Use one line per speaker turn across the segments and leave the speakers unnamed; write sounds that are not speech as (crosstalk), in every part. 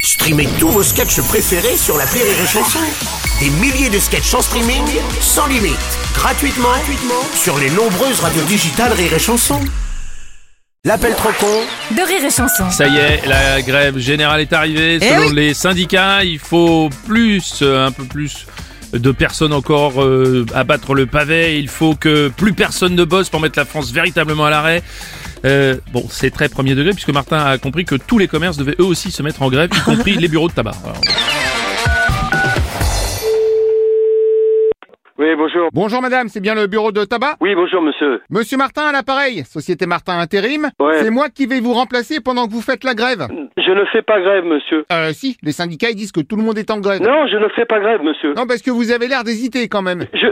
Streamez tous vos sketchs préférés sur la Rire et Chanson. Des milliers de sketchs en streaming, sans limite, gratuitement, gratuitement sur les nombreuses radios digitales Rire et Chanson. L'appel trop con
de rire et chanson.
Ça y est, la grève générale est arrivée. Selon
oui.
les syndicats, il faut plus, euh, un peu plus de personnes encore euh, à battre le pavé. Il faut que plus personne ne bosse pour mettre la France véritablement à l'arrêt. Euh, bon, c'est très premier degré puisque Martin a compris que tous les commerces devaient eux aussi se mettre en grève, y compris les bureaux de tabac. Alors,
Oui, bonjour.
Bonjour madame, c'est bien le bureau de tabac
Oui, bonjour, monsieur.
Monsieur Martin à l'appareil, Société Martin Intérim.
Ouais.
C'est moi qui vais vous remplacer pendant que vous faites la grève.
Je ne fais pas grève, monsieur.
Euh si, les syndicats ils disent que tout le monde est en grève.
Non, je ne fais pas grève, monsieur.
Non, parce que vous avez l'air d'hésiter quand même.
Je...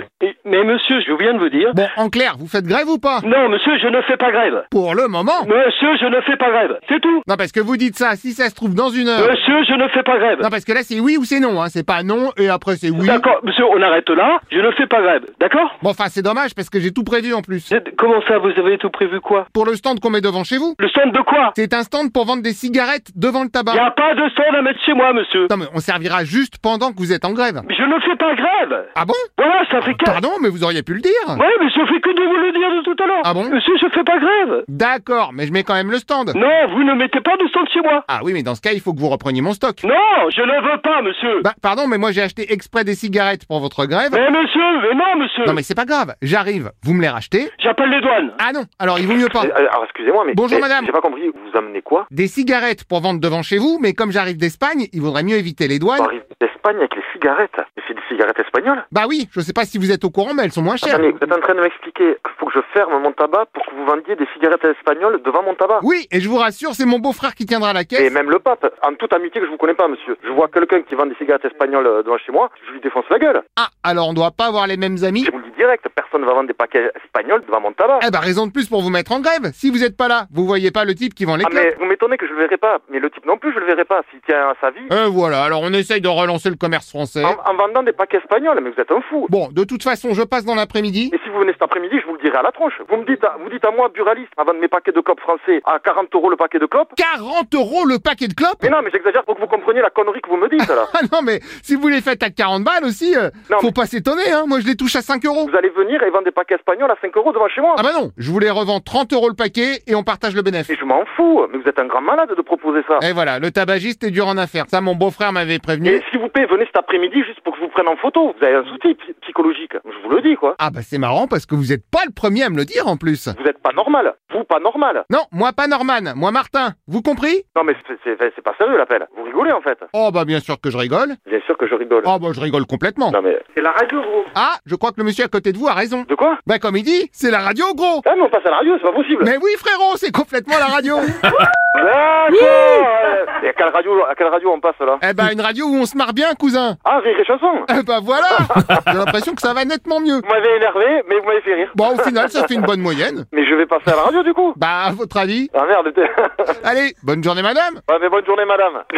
Mais monsieur, je viens de vous dire.
Bon, en clair, vous faites grève ou pas
Non, monsieur, je ne fais pas grève.
Pour le moment.
Monsieur, je ne fais pas grève. C'est tout.
Non, parce que vous dites ça, si ça se trouve dans une heure.
Monsieur, je ne fais pas grève.
Non, parce que là c'est oui ou c'est non, hein. c'est pas non et après c'est oui.
D'accord, monsieur, on arrête là. Je ne fais pas grève. D'accord
Bon, enfin c'est dommage parce que j'ai tout prévu en plus.
C'est- Comment ça, vous avez tout prévu quoi
Pour le stand qu'on met devant chez vous.
Le stand de quoi
C'est un stand pour vendre des cigarettes devant le
Il n'y
tabac.
a pas de stand à mettre chez moi, monsieur.
Non mais on servira juste pendant que vous êtes en grève.
Je ne fais pas grève.
Ah bon
Voilà, ça fait quatre.
Pardon, mais vous auriez pu le dire.
Ouais, mais je fais que de vous le dire de tout à l'heure.
Ah bon
Monsieur, je fais pas grève.
D'accord, mais je mets quand même le stand.
Non, vous ne mettez pas de stand chez moi.
Ah oui, mais dans ce cas, il faut que vous repreniez mon stock.
Non, je ne veux pas, monsieur.
Bah, pardon, mais moi j'ai acheté exprès des cigarettes pour votre grève.
Mais monsieur, mais non, monsieur.
Non, mais c'est pas grave, j'arrive, vous me les rachetez.
J'appelle les douanes.
Ah non, alors il vaut mieux pas.
Euh, Alors excusez-moi, mais
Bonjour,
mais
madame.
J'ai pas compris. Vous amenez quoi
Des cigarettes pour vendre devant chez vous, mais comme j'arrive d'Espagne, il vaudrait mieux éviter les
On
douanes.
arrive d'Espagne avec les cigarettes. Mais c'est des cigarettes espagnoles
Bah oui, je sais pas si vous êtes au courant, mais elles sont moins chères.
Attendez, vous êtes en train de m'expliquer qu'il faut que je ferme mon tabac pour que vous vendiez des cigarettes espagnoles devant mon tabac
Oui, et je vous rassure, c'est mon beau-frère qui tiendra la
Et
caisse.
même le pape, en toute amitié que je vous connais pas, monsieur. Je vois quelqu'un qui vend des cigarettes espagnoles euh, devant chez moi, je lui défonce la gueule.
Ah, alors on doit pas avoir les mêmes amis.
Je vous le dis direct, personne va vendre des paquets espagnols devant mon tabac.
Eh bah raison de plus pour vous mettre en grève. Si vous êtes pas là, vous voyez pas le type qui vend les
Ah
clopes.
mais vous m'étonnez que je le verrai pas, mais le type non plus je le verrai pas s'il tient à sa vie
Euh, voilà, alors on essaye de relancer le commerce français.
en, en vendant des paquets espagnols, mais vous êtes un fou.
Bon, de toute façon, je passe dans l'après-midi.
Et si vous venez cet après-midi, je vous le dirai à la tronche. Vous me dites, à- vous dites à moi, buraliste, à vendre mes paquets de clopes français à 40 euros le paquet de clopes
40 euros le paquet de clopes (laughs)
Mais non, mais j'exagère pour que vous compreniez la connerie que vous me dites, là.
Ah non, mais si vous les faites à 40 balles aussi, euh,
Non,
faut
mais-
pas s'étonner, hein. Moi, je les touche à 5 euros.
Vous allez venir et vendre des paquets espagnols à 5 euros devant chez moi.
Ah bah non, je vous les revends 30 euros le paquet et on partage le bénéfice.
Et je m'en fous, mais vous êtes un grand malade de proposer ça.
Et voilà, le tabagiste est dur en affaires. Ça, mon beau-frère m'avait
Et
prévenu.
s'il vous plaît, venez cet après-midi juste pour que je vous prenne en photo. Vous avez un soutien psy- psychologique. Je vous le dis, quoi.
Ah bah c'est marrant parce que vous êtes pas le premier à me le dire en plus.
Vous êtes pas normal. Vous, pas normal.
Non, moi pas Norman, moi Martin. Vous compris
Non, mais c'est- c'est c'est pas sérieux l'appel. Vous rigolez, en fait.
Oh bah bien sûr que je rigole.
Bien sûr que je rigole.
Oh bah je rigole complètement.
Non, mais. C'est la radio, gros.
Ah, je crois que le monsieur à côté de vous a raison.
De quoi
Bah comme il dit, c'est la radio gros.
Ah, mais on passe à la radio, c'est pas possible.
Mais oui frérot, c'est complètement la radio.
D'accord euh, Et à quelle radio, à quelle radio on passe là
eh bah une radio où on se marre bien cousin.
Ah, rire et chanson
Eh bah voilà. J'ai l'impression que ça va nettement mieux.
Vous m'avez énervé, mais vous m'avez fait rire.
Bon, au final, ça fait une bonne moyenne.
Mais je vais passer à la radio du coup
Bah, à votre avis
Ah merde (laughs) t'es-
Allez, bonne journée, madame
Ouais, mais bonne journée madame